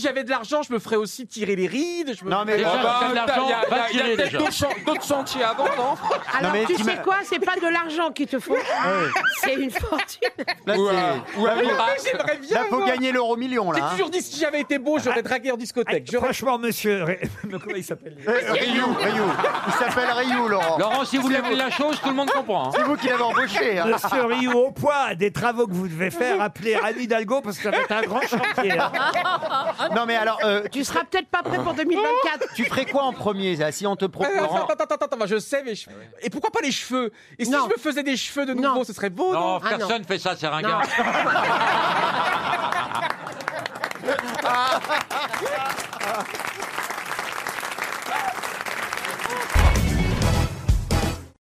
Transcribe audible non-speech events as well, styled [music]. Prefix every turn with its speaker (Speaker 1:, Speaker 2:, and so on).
Speaker 1: j'avais de l'argent, je me ferais aussi tirer les rides. Je me...
Speaker 2: Non,
Speaker 1: [laughs]
Speaker 2: mais-
Speaker 1: Déjà,
Speaker 2: Ah bah,
Speaker 1: t'as de l'argent,
Speaker 3: il y a,
Speaker 1: va
Speaker 3: il y a
Speaker 1: tirer,
Speaker 3: peut-être
Speaker 1: déjà.
Speaker 3: d'autres chan- d'autres chantiers avant, non
Speaker 4: Alors
Speaker 2: mais
Speaker 4: tu Ah.
Speaker 2: tu
Speaker 4: sais
Speaker 2: m'as-
Speaker 4: quoi, c'est pas de l'argent qui [laughs] te faut, c'est une fortune.
Speaker 2: Là,
Speaker 3: Ou,
Speaker 2: c'est- Ah
Speaker 3: à- ou à Miracle.
Speaker 1: Ah, J'aimerais bien.
Speaker 2: euh, là, faut
Speaker 1: voir.
Speaker 2: gagner Ah, l'euro million,
Speaker 1: J'ai
Speaker 2: là. hein.
Speaker 1: toujours dit si j'avais été beau, j'aurais dragué en discothèque. Je
Speaker 5: Franchement, monsieur. Ré- Comment il s'appelle
Speaker 2: Eh, Ryu, Ryu. Il s'appelle Ryu, Laurent.
Speaker 3: Laurent, si vous voulez la chose, tout le
Speaker 4: Ah.
Speaker 3: monde comprend. hein.
Speaker 2: C'est vous qui l'avez embauché. hein.
Speaker 5: Monsieur Rio, au poids des travaux que vous devez faire, appelez Anne Hidalgo parce que ça va être un grand chantier. hein.
Speaker 2: Non, mais alors, euh,
Speaker 4: Tu seras peut-être pas prêt pour 2024.
Speaker 2: tu ferais quoi en premier là, Si on te
Speaker 1: Ah,
Speaker 2: propose.
Speaker 1: non, Attends, attends, attends, attends, je sais, mais je-
Speaker 2: Ah
Speaker 1: Et pourquoi pas les cheveux Et si
Speaker 4: Non.
Speaker 1: je me faisais des cheveux de
Speaker 4: Non.
Speaker 1: nouveau, ce serait beau, non,
Speaker 3: Non,
Speaker 4: Ah, non.
Speaker 3: personne fait ça, c'est
Speaker 4: Non.
Speaker 3: ringard.